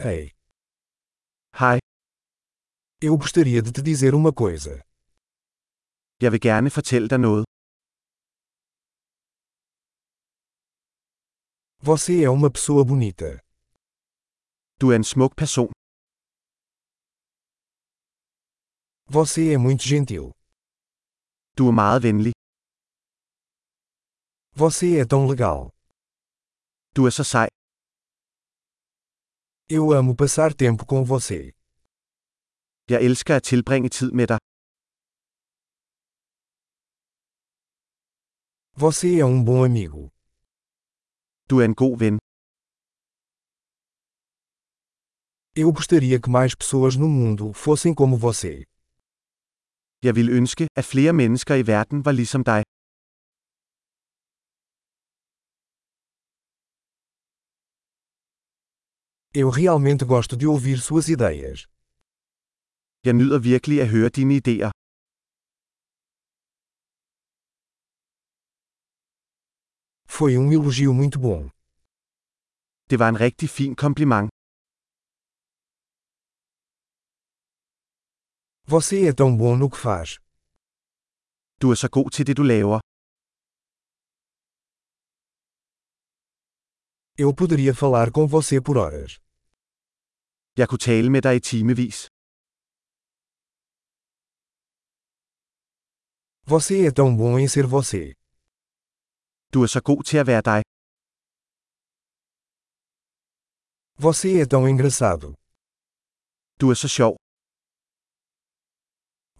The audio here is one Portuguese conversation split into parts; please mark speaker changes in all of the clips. Speaker 1: Ei,
Speaker 2: Hej,
Speaker 1: eu gostaria de te dizer uma coisa.
Speaker 2: jeg vil gerne fortælle dig noget.
Speaker 1: Você é uma pessoa bonita.
Speaker 2: Du er en smuk person.
Speaker 1: Você é muito gentil.
Speaker 2: Du er meget venlig.
Speaker 1: Você é tão legal.
Speaker 2: Du er så sej.
Speaker 1: Eu amo passar tempo com você.
Speaker 2: Jeg elsker at tilbringe tid med dig.
Speaker 1: Você é um bom amigo.
Speaker 2: Du er en god ven.
Speaker 1: Eu gostaria que mais pessoas no mundo fossem como você.
Speaker 2: Jeg vil ønske, at flere mennesker i verden var ligesom dig.
Speaker 1: Eu realmente gosto de ouvir suas ideias.
Speaker 2: Jeg nyder virkelig at høre dine idéer.
Speaker 1: Foi um elogio muito bom.
Speaker 2: Det var en rigtig fin kompliment.
Speaker 1: Você é tão bom no que faz.
Speaker 2: Du er så god til det, du laver.
Speaker 1: Eu poderia falar com você por horas.
Speaker 2: Jeg kunne tale med dig i timevis.
Speaker 1: Você é tão bom em ser você.
Speaker 2: Du er så god til at være dig.
Speaker 1: Você é tão engraçado.
Speaker 2: Du er så sjov.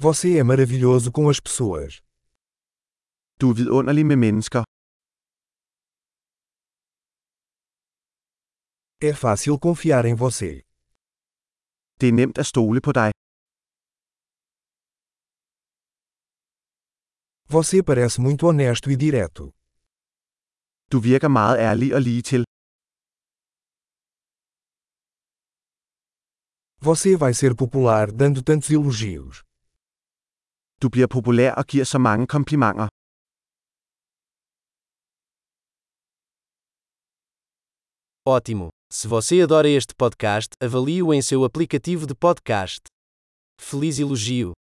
Speaker 1: Você é maravilhoso com as pessoas.
Speaker 2: Du er vidunderlig med mennesker.
Speaker 1: É fácil confiar em você.
Speaker 2: Det er nemt at stole på dig.
Speaker 1: Você parece muito honesto e direto.
Speaker 2: Du virker meget ærlig og lige til.
Speaker 1: Você vai ser popular dando tantos elogios.
Speaker 2: Du bliver populær og giver så mange komplimenter.
Speaker 3: Ótimo! Se você adora este podcast, avalie-o em seu aplicativo de podcast. Feliz elogio!